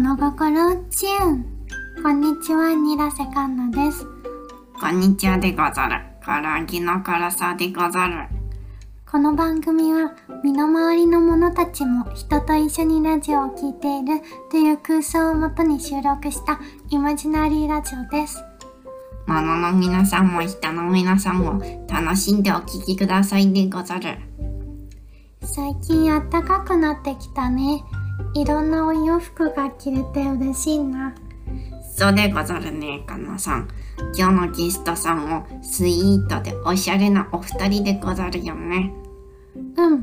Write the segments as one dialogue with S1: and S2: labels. S1: の心チューンこんにちは、ニラセカンナです。
S2: こんにちはでござる。からぎの辛さでござる。
S1: この番組は身の回りの者たちも人と一緒にラジオを聴いているという空想をもとに収録したイマジナリーラジオです。
S2: ものの皆さんも人の皆さんも楽しんでお聞きくださいでござる。
S1: 最近あったかくなってきたね。いろんなお洋服が着れて嬉しいな。
S2: そうでござるね、かなさん。今日のゲストさんもスイートでおしゃれなお二人でござるよね。
S1: うん。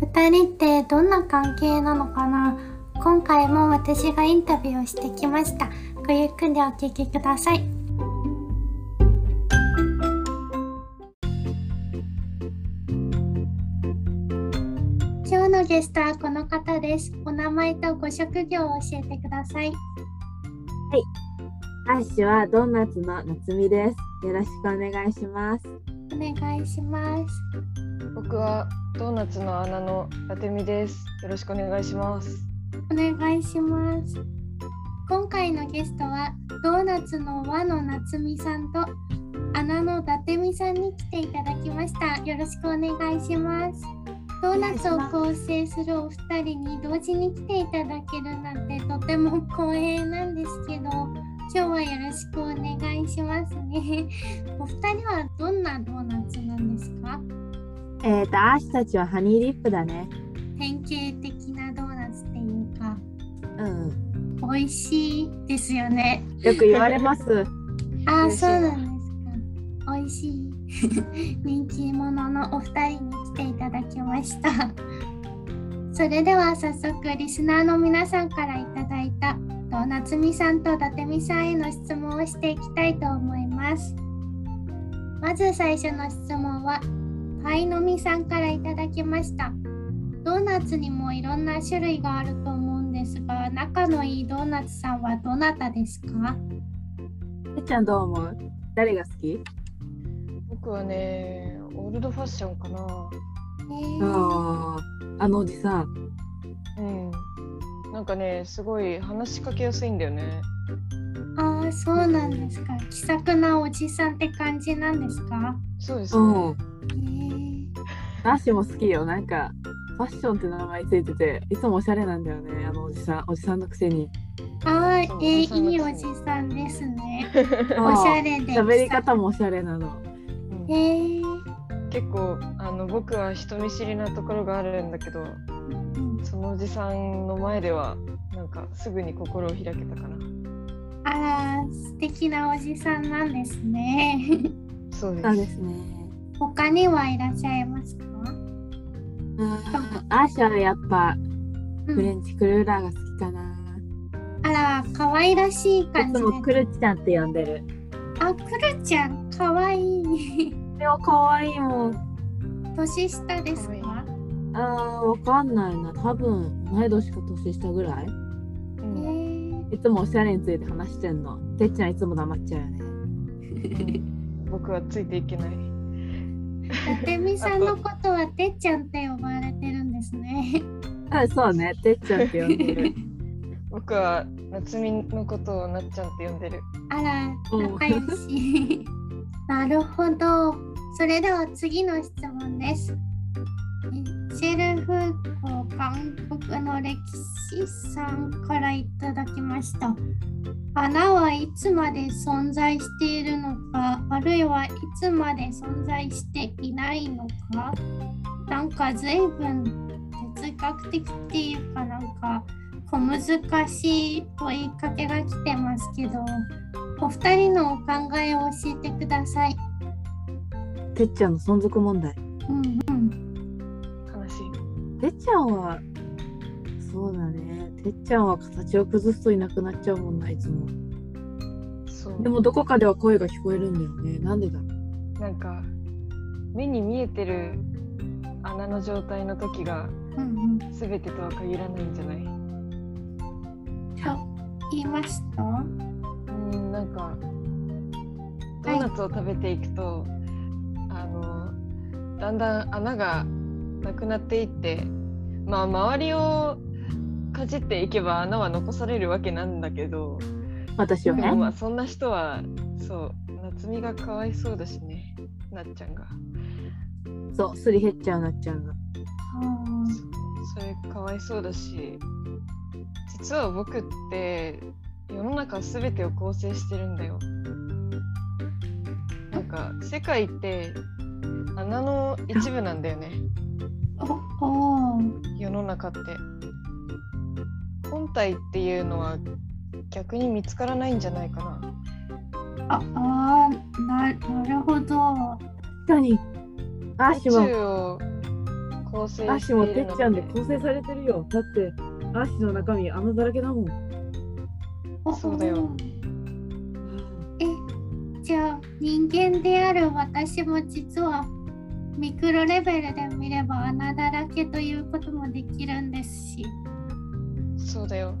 S1: 二人ってどんな関係なのかな今回も私がインタビューをしてきました。ごゆっくりお聞きください。今日のゲストはこの方です。お名前とご職業を教えてください。
S3: アッシュはドーナツの夏美です。よろしくお願いします。
S1: お願いします。
S4: 僕はドーナツの穴の伊達美です。よろしくお願いします。
S1: お願いします。今回のゲストはドーナツの和の夏美さんと穴の伊達美さんに来ていただきました。よろしくお願いします。ドーナツを構成するお二人に同時に来ていただけるなんてとても光栄なんですけど、今日はよろしくお願いしますね。 お二人はどんなドーナツなんですか？
S3: えっ、と、アッシュたちはハニーリップだね。
S1: 典型的なドーナツっていうか、
S3: うん。
S1: 美味しいですよね。
S3: よく言われます。
S1: あー
S4: 嬉しい
S1: そう
S4: な
S1: なんですか。美味しい人気者のお二人に来ていただきました。それでは早速リスナーの皆さんからいただいたドーナツミさんと伊達美さんへの質問をしていきたいと思います。まず最初の質問はパイのみさんからいただきました。ドーナツにもいろんな種類があると思うんですが、仲のいいドーナツさんはどなたですか？
S3: てっちゃんどう思う誰が好き
S4: 僕はね、オールドファッションかな。
S1: えー
S3: ああ、あのおじさん。
S4: うん。なんかね、すごい話しかけやすいんだよね。
S1: ああそうなんですか。気さくなおじさんって感じなんですか。
S4: そうですね。
S3: うん。
S1: えー、
S3: アッシュも好きよ。なんか、ファッションって名前ついてて、いつもおしゃれなんだよね。あのおじさん。おじさんのくせに。
S1: あー
S4: そう
S1: え
S4: おじさん
S1: ー、いいお
S4: ですね
S1: じさんですね。
S3: お
S1: おしゃれで。
S3: 喋り方もおしゃれなの。
S4: うん
S1: えー、
S4: 結構あの僕は人見知りなところがあるんだけど、そのおじさんの前ではなんかすぐに心を開けたかな。
S1: あら素敵なおじさんなんですね。
S4: そうで。
S3: そうですすね。
S1: 他にはいらっしゃいますか。
S3: うん。アッシュはやっぱ、
S1: う
S3: フレ
S1: ん、
S3: ンチクルーラーが好きかな。
S1: あら可愛らしい
S3: い
S1: 感
S3: つ
S1: じで。
S3: もクルちゃんって呼んでる。
S1: あくるちゃん可愛い。
S3: でも可愛いもん。
S1: 年下ですか。
S4: 可愛
S3: ああ、わかんないな。多分同い年か年下ぐらい。
S4: う
S1: え
S4: ん
S1: ー、
S3: いつもおしゃれについて話してんの。てっちゃんいつも黙っちゃうよね。
S4: 僕はついてい けない。
S1: 伊達美さんのことはてっちゃんって呼ばれてるんですね。
S3: あ、そうね。てっちゃんって呼ん でる。
S4: 僕は夏美のことをなっちゃんって呼んでる。
S1: あら、
S3: うん
S1: 仲良し。 なるほど。それでは次の質問です。えシェルフ港韓国の歴史さんからいただきました。穴はいつまで存在しているのか、あるいはいつまで存在していないのか。なんか随分哲学的っていうかなんか小難しい問いかけが来てますけど。お二人のお考えを教えてください。
S3: てっちゃんの存続問題。
S1: うんうん。
S4: 悲しい。
S3: てっちゃんは、そうだね。てっちゃんは形を崩すといなくなっちゃうもんな、いつも。
S4: そう
S3: でもどこかでは声が聞こえるんだよね。なんでだろう。
S4: なんか目に見えてる穴の状態の時が
S1: うんうん。
S4: 全てとは限らないんじゃない
S1: 言いました。
S4: うんなんかドーナツを食べていくと、あのだんだん穴がなくなっていってまあ周りをかじっていけば穴は残されるわけなんだけど、
S3: 私は
S4: でも
S3: ね。
S4: まあそんな人はそう夏美がかわいそうだしねなっちゃんが
S3: そう、すり減っちゃうなっちゃんが。
S4: それかわいそうだし実は僕って世の中全てを構成してるんだよなんか世界って穴の一部なんだよね
S1: おお
S4: 世の中って本体っていうのは逆に見つからないんじゃないかな
S1: ああーななるほど
S3: 確かに。アッシ
S4: 宇
S3: ュも、
S4: 宙を構成
S3: アッシ
S4: して
S3: ュ
S4: い
S3: もて
S4: るの
S3: っちゃんで
S4: って
S3: 構成されてるよ。だって、アッシュの中身、穴だらけだもん。
S1: お
S4: そうだよ
S1: えじゃあ人間である私も実はミクロレベルで見れば穴だらけということもできるんですし
S4: そうだよ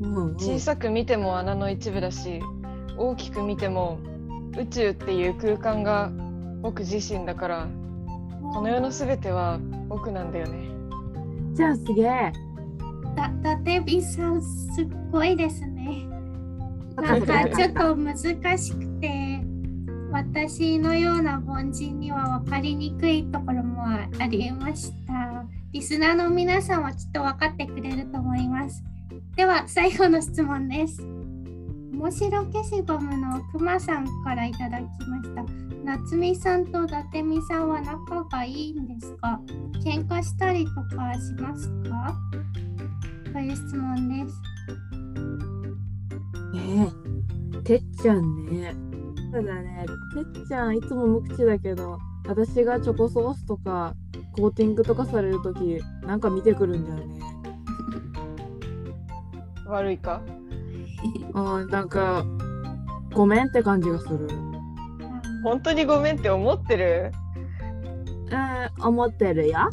S3: うんうん
S4: 小さく見ても穴の一部だし大きく見ても宇宙っていう空間が僕自身だからこの世の全ては僕なんだよね
S3: じゃあすげえ。
S1: だだてびさんすっごいですねな
S3: 高
S1: ん
S3: さが
S1: か
S3: 高
S1: ちょ
S3: い
S1: っと難しくて私のような凡人には分かりにくいところもありましたリスナーの皆さんはきっと分かってくれると思いますでは最後の質問です面白消しゴムのくまさんからいただきました夏美さんと伊達美さんは仲がいいんですか喧嘩したりとかしますかという質問です
S3: ねえてっちゃんねそうだねてっちゃんいつも無口だけど私がチョコソースとかコーティングとかされる時なんか見てくるんだよね
S4: 悪いか
S3: うんなんかごめんって感じがする
S4: 本当にごめんって思ってる
S3: うん思ってるよ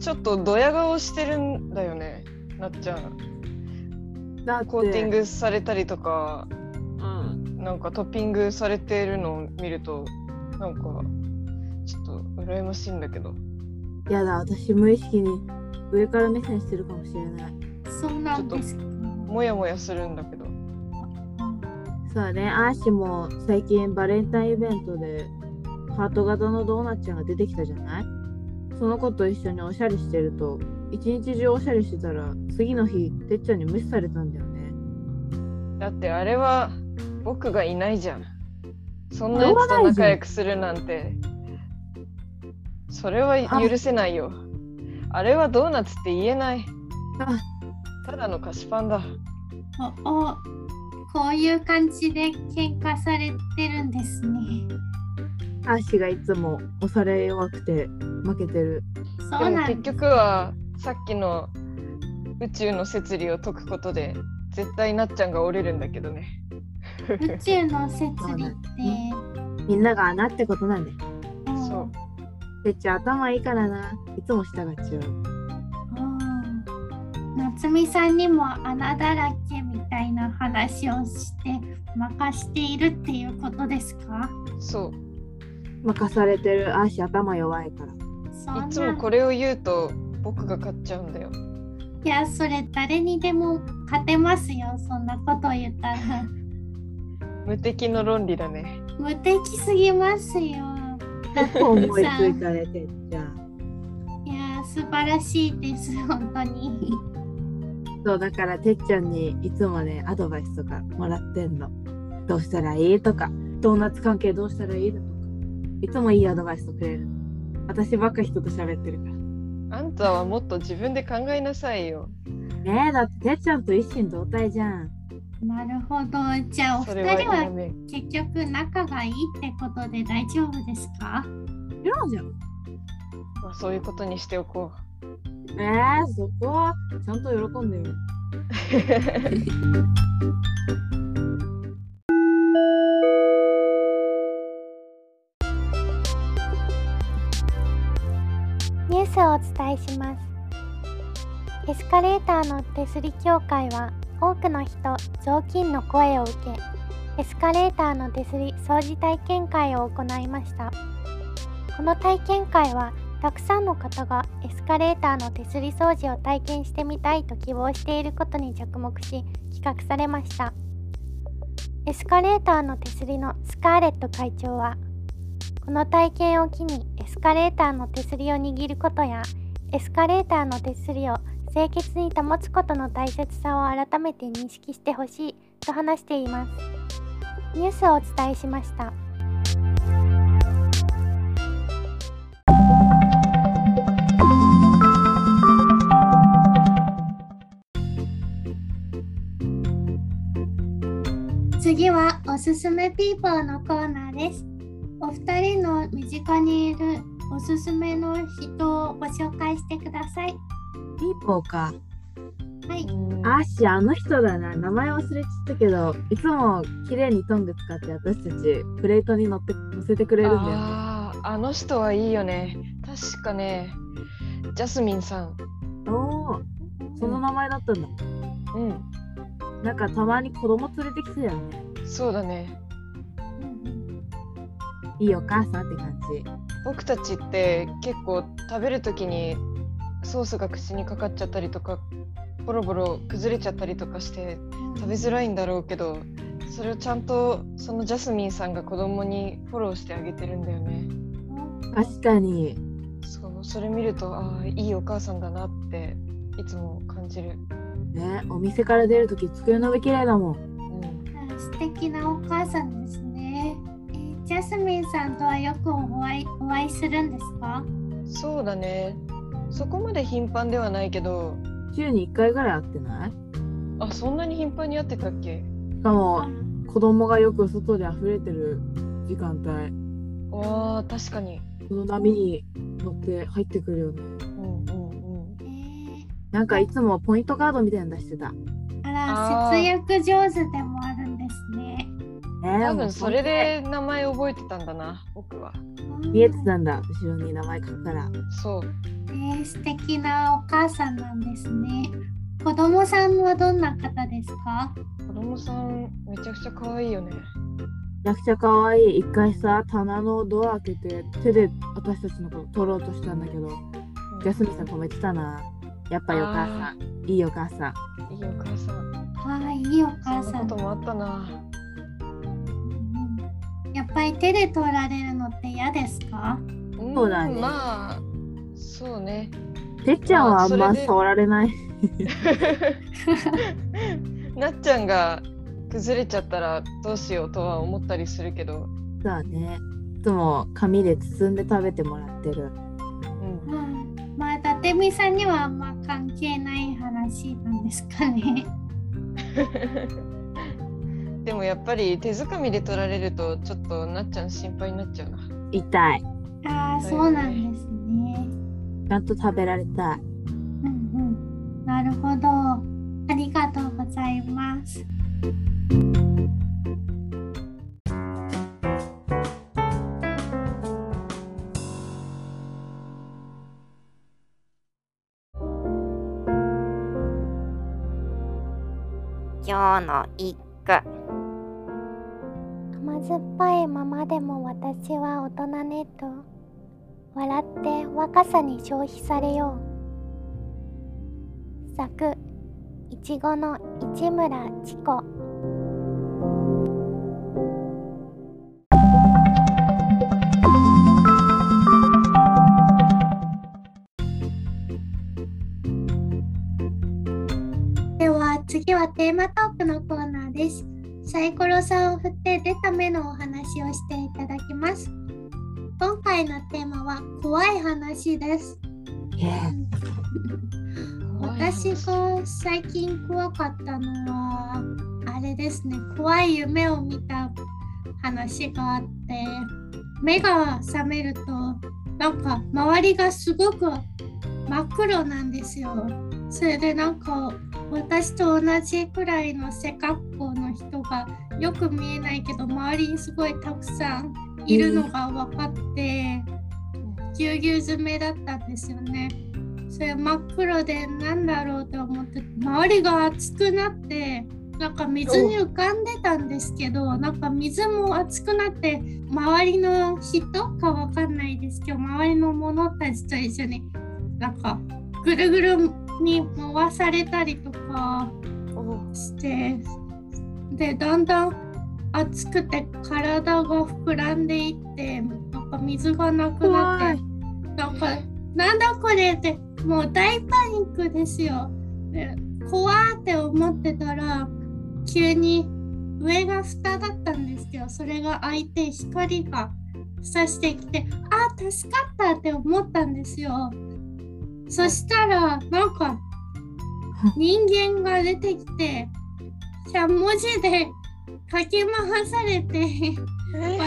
S4: ちょっとドヤ顔してるんだよねなっちゃん
S3: だって
S4: コーティングされたりとか
S3: うん
S4: なんかトッピングされてるのを見るとなんかちょっと羨ましいんだけど
S3: やだ私無意識に上から目線してるかもしれない
S1: そうなんですか。
S4: モヤモヤするんだけど
S3: そうねアーシも最近バレンタインイベントでハート型のドーナツちゃんが出てきたじゃないその子と一緒におしゃれしてると一日中おしゃれしてたら次の日てっちゃんに無視されたんだよね
S4: だってあれは僕がいないじゃん。そんなやつと仲良くするなんて。それは許せないよ。あれはドーナツって言えない。
S3: あ
S4: ただの菓子パンだ。
S1: おおこういう感じで喧嘩されてるんですね。
S3: アーシがいつも押され弱くて負けてる
S1: そう
S4: でも
S1: な
S4: 結
S1: んです。
S4: 局はさっきの宇宙の摂理を解くことで絶対なっちゃんが折れるんだけどね。
S1: 宇宙の摂理って、
S3: みんなが穴ってことなんだよ
S1: うん
S4: そう
S3: てっちゃん頭いいからないつも従っちゃう
S1: うん夏美さんにも穴だらけみたいな話をして任しているっていうことですか？
S4: そう。
S3: 任されてるアーシ頭弱いから
S1: そうないん
S4: つもこれを言うと僕が買っちゃうんだよ。
S1: いやそれ誰にでも勝てますよそんなこと言ったら
S4: 無敵の論理だね。
S1: 無敵すぎますよ。だって
S3: 思いつ
S1: さ
S3: いたねてっちゃん
S1: いやー素晴らしいです本当に
S3: そうだからてっちゃんにいつもねアドバイスとかもらってんのどうしたらいいとかドーナツ関係どうしたらいいだとかいつもいいアドバイスをくれる私ばっか人と喋ってるか
S4: あんたはもっと自分で考えなさいよ。
S3: らねえだっててっちゃんと一心同体じゃん
S1: なるほどじゃあお
S4: そ
S1: 二
S4: れは
S1: 人
S4: や
S1: は
S4: め。
S1: 結局仲がいいってことで大丈夫ですか
S3: いろんじゃん
S4: まあ、そういうことにしておこう。
S3: えー、そこはちゃんと喜んでる
S5: ニュースをお伝えしますエスカレーターの手すり協会は多くの人雑巾の声を受けエスカレーターの手すり掃除体験会を行いましたこの体験会はたくさんの方がエスカレーターの手すり掃除を体験してみたいと希望していることに着目し企画されましたエスカレーターの手すりのスカーレット会長はこの体験を機にエスカレーターの手すりを握ることやエスカレーターの手すりを清潔に保つことの大切さを改めて認識してほしいと話していますニュースをお伝えしました
S1: 次はおすすめピーポーのコーナーです。お二人の身近にいるおすすめの人をご紹介してください。
S3: ピーポーか。
S1: はい。
S3: アッシー、あの人だな。名前忘れちゃったけど、いつも綺麗にトング使って私たちプレートに乗って乗せてくれるんだよね。
S4: あああの人はいいよね確かねジャスミンさん
S3: おお、その名前だったんだ。
S4: うん
S3: なんかたまに子供連れてきてたよね。
S4: そうだね
S3: いいお母さんって感じ。
S4: 僕たちって結構食べる時にソースが口にかかっちゃったりとかボロボロ崩れちゃったりとかして食べづらいんだろうけどそれをちゃんとそのジャスミンさんが子供にフォローしてあげてるんだよね
S3: 確かに。
S4: そうそれ見るとああいいお母さんだなっていつも感じる、
S3: ね、お店から出るとき机の上綺麗だもん。
S4: うん、
S1: あ素敵なお母さんですね。えージャスミンさんとはよくお会いお会いするんですか
S4: そうだねそこまで頻繁ではないけど
S3: 週に1回ぐらい会ってない
S4: あそんなに頻繁に会ってたっけ
S3: しかも子供がよく外で溢れてる時間帯
S4: わあ確かに
S3: その波に乗って入ってくるよね
S4: うんうんうん
S1: えー
S3: なんかいつもポイントカードみたいなの出してたね
S1: あら、
S4: あー
S1: 節約上手でもあるんですね。
S4: 多分それで名前覚えてたんだな僕は
S3: 見えてたんだ後ろに名前書くから
S4: そう
S1: えー素敵なお母さんなんですね。子供さんはどんな方ですか？
S4: 子供さんめちゃくちゃ可愛いよね
S3: めちゃくちゃ可愛い一回さ棚のドア開けて手で私たちのこと取ろうとしたんだけどジャスミンさん止めてたなやっぱりお母さんいいお母さん
S4: いいお母さん
S1: はい、いいお
S4: そ
S1: 母
S4: ん
S1: さ
S4: なこ
S1: ん
S4: と。もあったな
S1: うんやっぱり手で取られるのって嫌ですか？
S4: うん
S3: そうだね
S4: まあそうね
S3: てっちゃんはあん
S4: まあ
S3: ま
S4: それで
S3: 触られない
S4: なっちゃんが崩れちゃったらどうしようとは思ったりするけど、
S3: そうねいつも紙で包んで食べてもらってる
S4: うん、
S1: まあ、まあ、伊達美さんにはあんま関係ない話なんですか ね。
S4: でもやっぱり手づかみで取られるとちょっとなっちゃん心配になっちゃうな。
S3: 痛い
S1: ああ、
S4: そう
S1: そ
S4: よね
S1: うなんですね。
S3: ちゃんと食べられたい
S1: うんうん。なるほど。ありがとうございます。
S2: 今日の一句
S5: 甘酸っぱいままでも私は大人ねと笑って若さに消費されよう作いちごの市村千子
S1: では次はテーマトークのコーナーです。サイコロさんを振って出た目のお話をしていただきます。今回のテーマは怖い話です。私が最近怖かったのはあれですね怖い夢を見た話があって目が覚めるとなんか周りがすごく真っ黒なんですよそれでなんか私と同じくらいの背格好の人がよく見えないけど周りにすごいたくさんいるのが分かってぎゅうぎゅう詰めだったんですよね。それ真っ黒でなんだろうと思って周りが熱くなってなんか水に浮かんでたんですけどなんか水も熱くなって周りの人かわかんないですけど周りの者たちと一緒になんかぐるぐるに回されたりとかしてでだんだん熱くて体が膨らんでいってなんか水がなくなってなんかなんだこれってもう大パニックですよ。で怖ーって思ってたら急に上が蓋だったんですけどそれが開いて光が差してきてあー助かったって思ったんですよそしたらなんか人間が出てきて100文字でかき回されて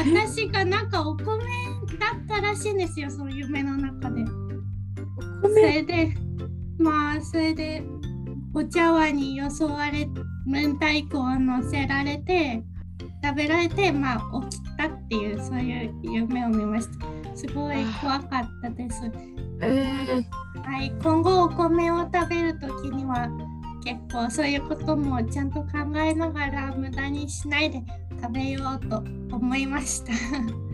S1: 私がなんかお米だったらしいんですよその夢の中でそれでまあそれでお茶碗によそわれ明太子を乗せられて食べられてまあ起きたっていうそういう夢を見ましたすごい怖かったですはい今後お米を食べる時には結構そういうこともちゃんと考えながら無駄にしないで食べようと思いました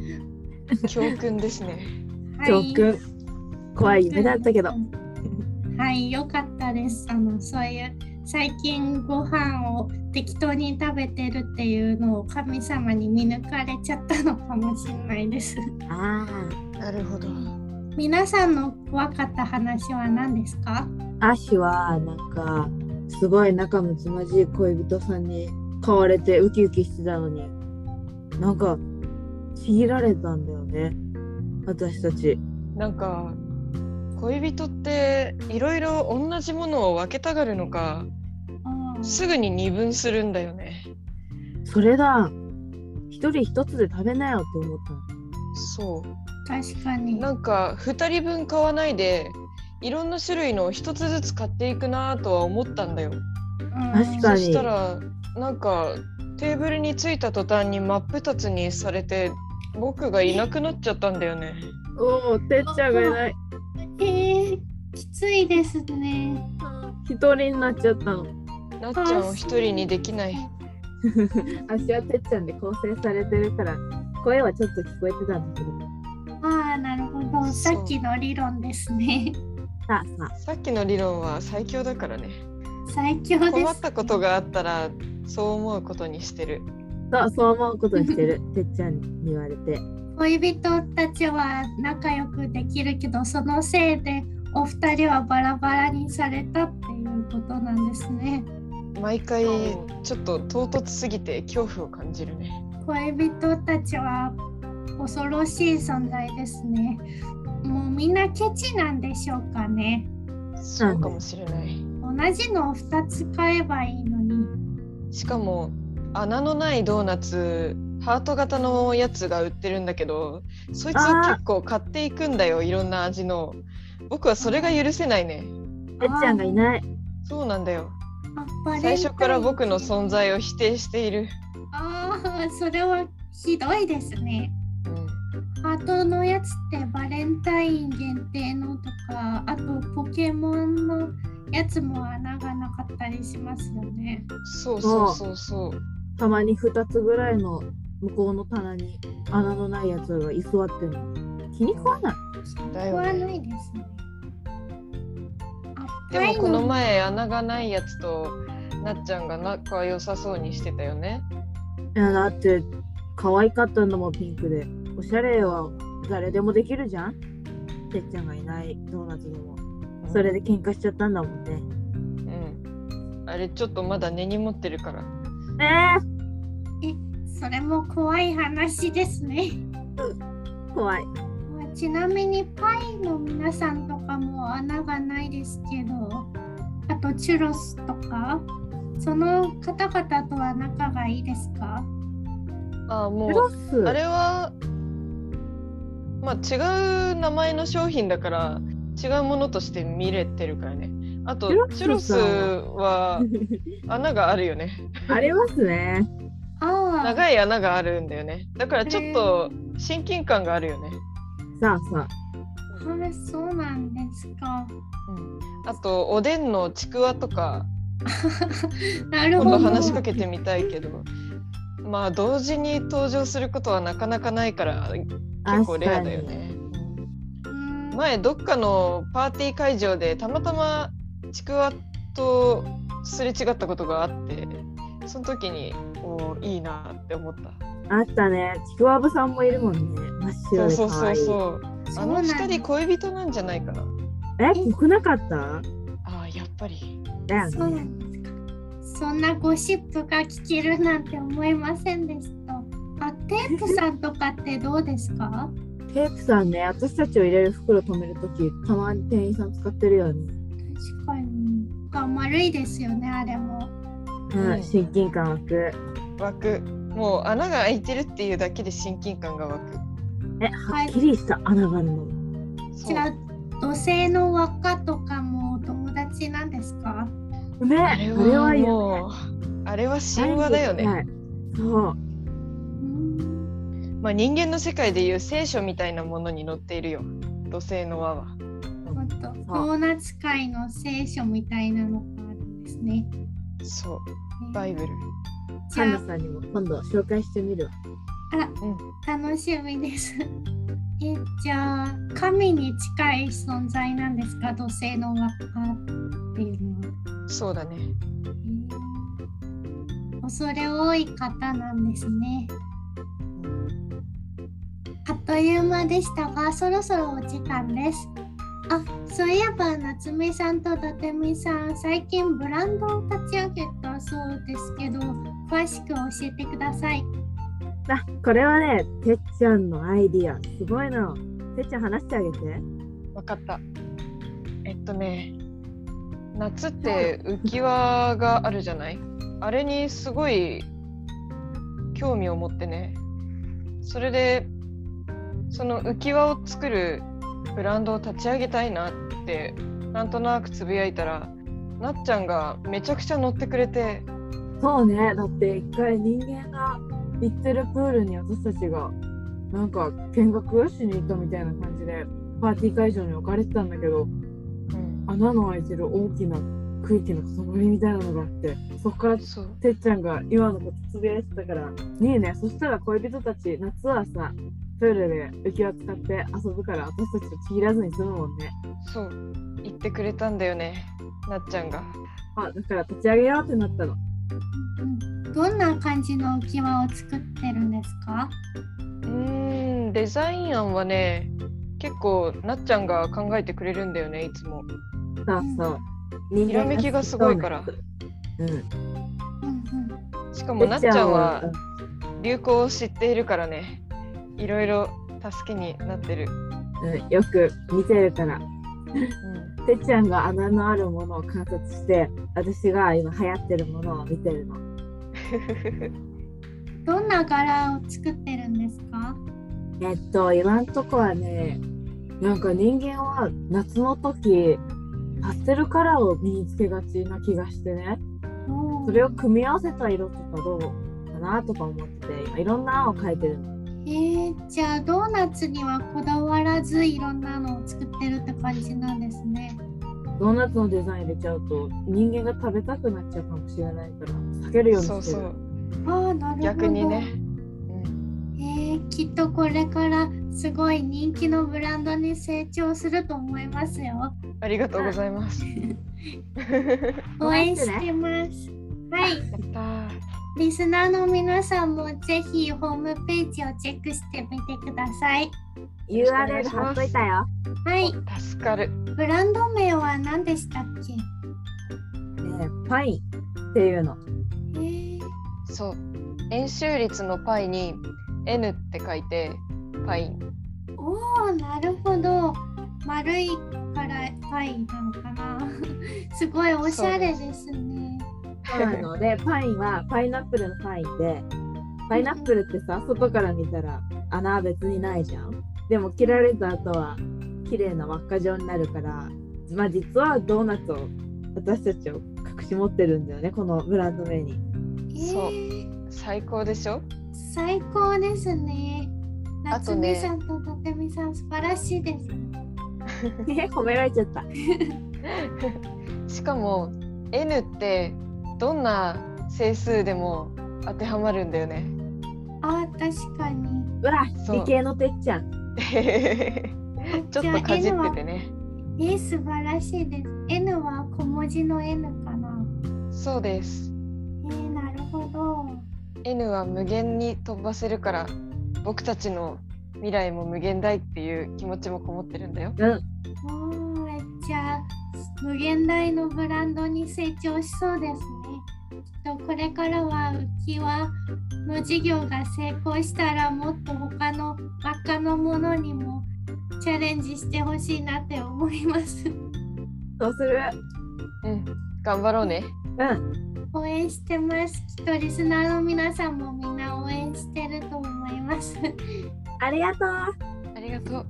S4: 教訓ですね。
S1: は
S3: 教
S1: い
S3: 訓怖い夢だったけど
S1: はい、良かったです。あのそういう最近ご飯を適当に食べてるっていうのを神様に見抜かれちゃったのかもしれないです。
S3: あ
S4: なるほど。
S1: 皆さんの怖かった話は何ですか？
S3: あアシはなんかすごい仲睦まじい恋人さんに買われてウキウキしてたのになんかちぎられたんだよね私たち
S4: なんか恋人っていろいろ同じものを分けたがるのかすぐに二分するんだよね。
S3: それだ一人一つで食べなよって思ったの
S4: そ
S1: 確か
S4: う
S1: に。
S4: なんか2人分買わないでいろんな種類のを1つずつ買っていくなとは思ったんだよ。
S3: 確か
S4: そ
S3: に
S4: したらなんかテーブルに着いた途端に真っ二つにされて僕がいなくなっちゃったんだよね。
S3: おおてっちゃんがいない
S1: に。えー、きついですね。
S3: 一人になっちゃったの
S4: なっちゃんを1人にできない。
S3: 足はてっちゃんで構成されてるから声はちょっと聞こえてたんだけど
S1: ああ、なるほど。
S4: そ
S1: さ
S4: う
S1: っきの理論ですね。
S3: さあさあ
S4: さっきの理論は最強だからね。
S1: 最強です。
S4: 困ったことがあったらそう思うことにしてる。
S3: そうそう思うことにしてる てっちゃんに言われて
S1: 恋人たちは仲良くできるけどそのせいでお二人はバラバラにされたっていうことなんですね
S4: 毎回ちょっと唐突すぎて恐怖を感じるね。
S1: 恋人たちは恐ろしい存在ですねもうみんなケチなんでしょうかね
S4: そうかもしれない。
S1: 同じのを2つ買えばいいのに
S4: しかも穴のないドーナツハート型のやつが売ってるんだけどそいつ
S3: あー
S4: 結構買っていくんだよいろんな味の僕はそれが許せないね
S3: てっちゃんがいない
S4: そうなんだよ
S1: あバレンタイ
S4: 最
S1: ン
S4: 初から僕の存在を否定している、
S1: ああそれはひどいですね
S4: うん、
S1: ハートのやつってバレンタイン限定のとかあとポケモンのやつも穴がなかったりしますよね。
S4: そうそうそうそう
S3: たまに2つぐらいの向こうの棚に穴のないやつが居座ってるの気に食わない
S4: だ
S1: 食
S4: よ
S1: わ
S4: ね
S1: ないですね。あ
S4: で
S1: パ
S4: も
S1: イ
S4: この前穴がないやつとなっちゃんが仲良さそうにしてたよね
S3: いやだって可愛かったんだもんピンクでおしゃれは誰でもできるじゃんてっちゃんがいないドーナツでもそれで喧嘩しちゃったんだもんね
S4: うんあれちょっとまだ根に持ってるから
S3: え
S1: それも怖い話ですね。
S3: ー、怖い
S1: まあちなみにパイの皆さんとかも穴がないですけどあとチュロスとかその方々とは仲がいいですか
S4: ああも
S3: ク
S4: う
S3: ロス
S4: あれは、まあ、違う名前の商品だから違うものとして見れてるからねあとチ
S3: チ
S4: ュ
S3: ュ
S4: ロ
S3: ロ
S4: ス
S3: ス
S4: は穴があるよね
S3: ありますね
S1: ああ
S4: 長い穴があるんだよねだからちょっと親近感があるよね、
S3: さあ
S1: あ
S3: さ
S1: そうなんですか。
S4: あとおでんのちくわとか
S1: なるほ
S4: 今
S1: ど。
S4: 度話しかけてみたいけどまあ同時に登場することはなかなかないから結構レアだよね
S1: うん
S4: 前どっかのパーティー会場でたまたまちくわとすれ違ったことがあってその時におーいいなって思った
S3: あったね。ちくわぶさんもいるもんね。真っ白
S4: そう
S3: で
S4: そう
S3: 可
S4: そう
S3: 愛い。
S4: そう
S1: そ
S4: あ
S1: うな
S4: の
S1: んだ
S4: 二人恋人なんじゃないかな
S3: え、濃くなかった
S4: あーやっぱり
S3: だよ
S1: そうな
S3: ね。
S1: んですか。そんなゴシップが聞けるなんて思いませんでした。あ、テープさんとかってどうですか？
S3: テープさんね、私たちを入れる袋止めるとき、たまに店員さん使ってるよね。
S1: 確かに。が丸いですよね、あれも。
S3: は
S4: う
S3: い、
S4: ん
S3: 親近感湧く。
S4: 湧くもう穴が開いてるっていうだけで親近感が湧く
S3: え、はっきりした穴があるの。
S4: そ
S1: じ
S4: う
S1: ゃあ土星の輪っかとかもお友達なんですか？
S3: ね、
S4: あ
S3: あ
S4: れ
S3: れ
S4: は
S3: はいいよ
S4: もうあれは
S3: ね。
S4: 神話だよね、
S3: はい。そう。
S1: うん。
S4: まあ、人間の世界でいう聖書みたいなものに載っているよ土星の輪は
S1: もっとドーナツ界の聖書みたいなのがあるんですね。
S4: そうバイブル
S1: じ
S3: カン
S1: ゃ
S3: ナさんにも今度紹介してみるわ。
S1: あ楽しみです。え、じゃあ神に近い存在なんですか？土星の輪っかっていうのは。
S4: そうだね
S1: へー恐れ多い方なんですね。あっという間でしたが、そろそろお時間です。あ、そういえば夏目さんと伊達美さん、最近ブランドを立ち上げたそうですけど、詳しく教えてください。
S3: あ、これはね、てっちゃんのアイディア。すごいの。てっちゃん話してあげて。
S4: わかったえっとね夏って浮き輪があるじゃないあれにすごい興味を持ってねそれでその浮き輪を作るブランドを立ち上げたいなってなんとなくつぶやいたらなっちゃんがめちゃくちゃ乗ってくれて
S3: そうね、だって一回人間が行ってるプールに私たちがなんか見学しに行ったみたいな感じでパーティー会場に置かれてたんだけど穴の開いてる大きな空気の塊みたいなのがあってそこから
S4: そう
S3: てっちゃんが今のことつぶやいてたからいいねそしたら恋人たち夏はさプールで浮き輪使って遊ぶから私たちとちぎらずに済むもんね
S4: そう言ってくれたんだよねなっちゃんが
S3: あだから立ち上げようってなったの
S1: うんどんな感じの浮き輪を作ってるんですか
S4: うーんデザイン案はね結構なっちゃんが考えてくれるんだよねいつも
S3: そうそう人
S4: ひらめきがすごいから
S3: うん
S1: うん
S4: しかもなっちゃんは流行を知っているからねいろいろ助けになってる、
S3: うん、よく見てるから
S4: う
S3: てっちゃんが穴のあるものを観察して私が今流行ってるものを見てるの
S4: ん、
S1: うん、どんな柄を作ってるんですか
S3: えっと今んとこはねなんか人間は夏の時パステルカラーを身につけがちな気がしてね
S1: おー
S3: それを組み合わせた色とかどうかなとか思ってて今いろんな案を描いてるの
S1: えー、じゃあドーナツにはこだわらずいろんなのを作ってるって感じなんですね。
S3: ドーナツのデザイン入れちゃうと人間が食べたくなっちゃうかもしれないから避けるようにして
S4: そ
S3: る
S4: うそ
S1: あ
S4: う
S1: あなるほど。
S4: 逆にね、
S1: えー、きっとこれからすごい人気のブランドに成長すると思いますよ。
S4: うん、ありがとうございます や
S1: 応援してます。はい。
S4: ったー
S1: リスナーの皆さんもぜひホームページをチェックしてみてください。
S3: URL 貼っといたよ、
S1: はい。
S4: お助かる
S1: ブランド名は何でしたっけ
S3: ね、パインっていうの
S1: えー、
S4: そう円周率のパイに N って書いてパイン
S1: おおなるほど丸いからパイなのかな すごいおしゃれですね
S3: そうなのでパインはパイナップルのパインでパイナップルってさ外から見たら穴は別にないじゃんでも切られた後は綺麗な輪っか状になるからまあ実はドーナツを私たちを隠し持ってるんだよねこのブランド名 に
S1: え
S4: そう
S1: ー、
S4: 最高でしょ
S1: 最高ですね
S4: あ
S1: 夏
S4: と
S1: 美
S4: ね
S1: さんと立美さん素晴らしいです
S3: え褒められちゃった
S4: しかも N ってどんな整数でも当てはまるんだよね。
S1: あー確かに。
S3: うわ
S4: そう
S3: 理系のてっちゃん
S4: ちょっとかじっててね。
S1: えー、素晴らしいです。N は小文字の N かな。
S4: そうです。
S1: えー、なるほど。
S4: N は無限に飛ばせるから僕たちの未来も無限大っていう気持ちもこもってるんだよ。
S1: おーじゃあ無限大のブランドに成長しそうですね。きっとこれからは浮き輪の事業が成功したらもっと他の輪っかのものにもチャレンジしてほしいなって思います。
S3: そうする
S4: うん、頑張ろうね。
S3: うん
S1: 応援してます。きっとリスナーの皆さんもみんな応援してると思います。
S3: ありがとう
S4: ありがとう。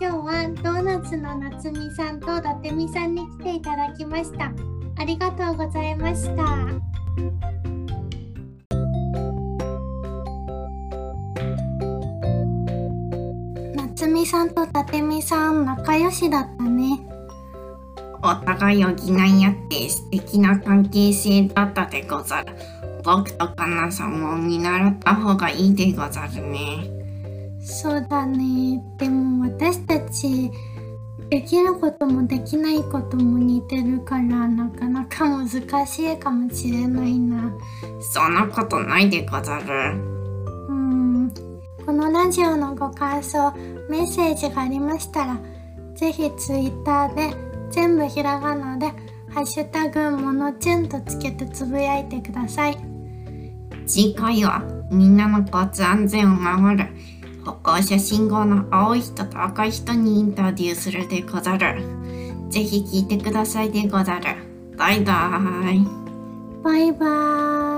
S1: 今日はドーナツの夏美さんと伊達美さんに来ていただきました。ありがとうございました。
S2: 夏美さんと立美さん仲良しだったねお互いを補い合って素敵な関係性だったでござる僕とかなさんも見習った方がいいでござるね
S6: そうだね。でも私たちできることもできないことも似てるからなかなか難しいかもしれないな。
S2: そんなことないでござる
S6: うん。このラジオのご感想、メッセージがありましたら、ぜひツイッターで全部ひらがなでハッシュタグモノチュンとつけてつぶやいてください。
S2: 次回はみんなの交通安全を守る歩行者信号の青い人と赤い人にインタビューするでござるぜひ聞いてくださいでござるバイバイ
S6: バイバーイ。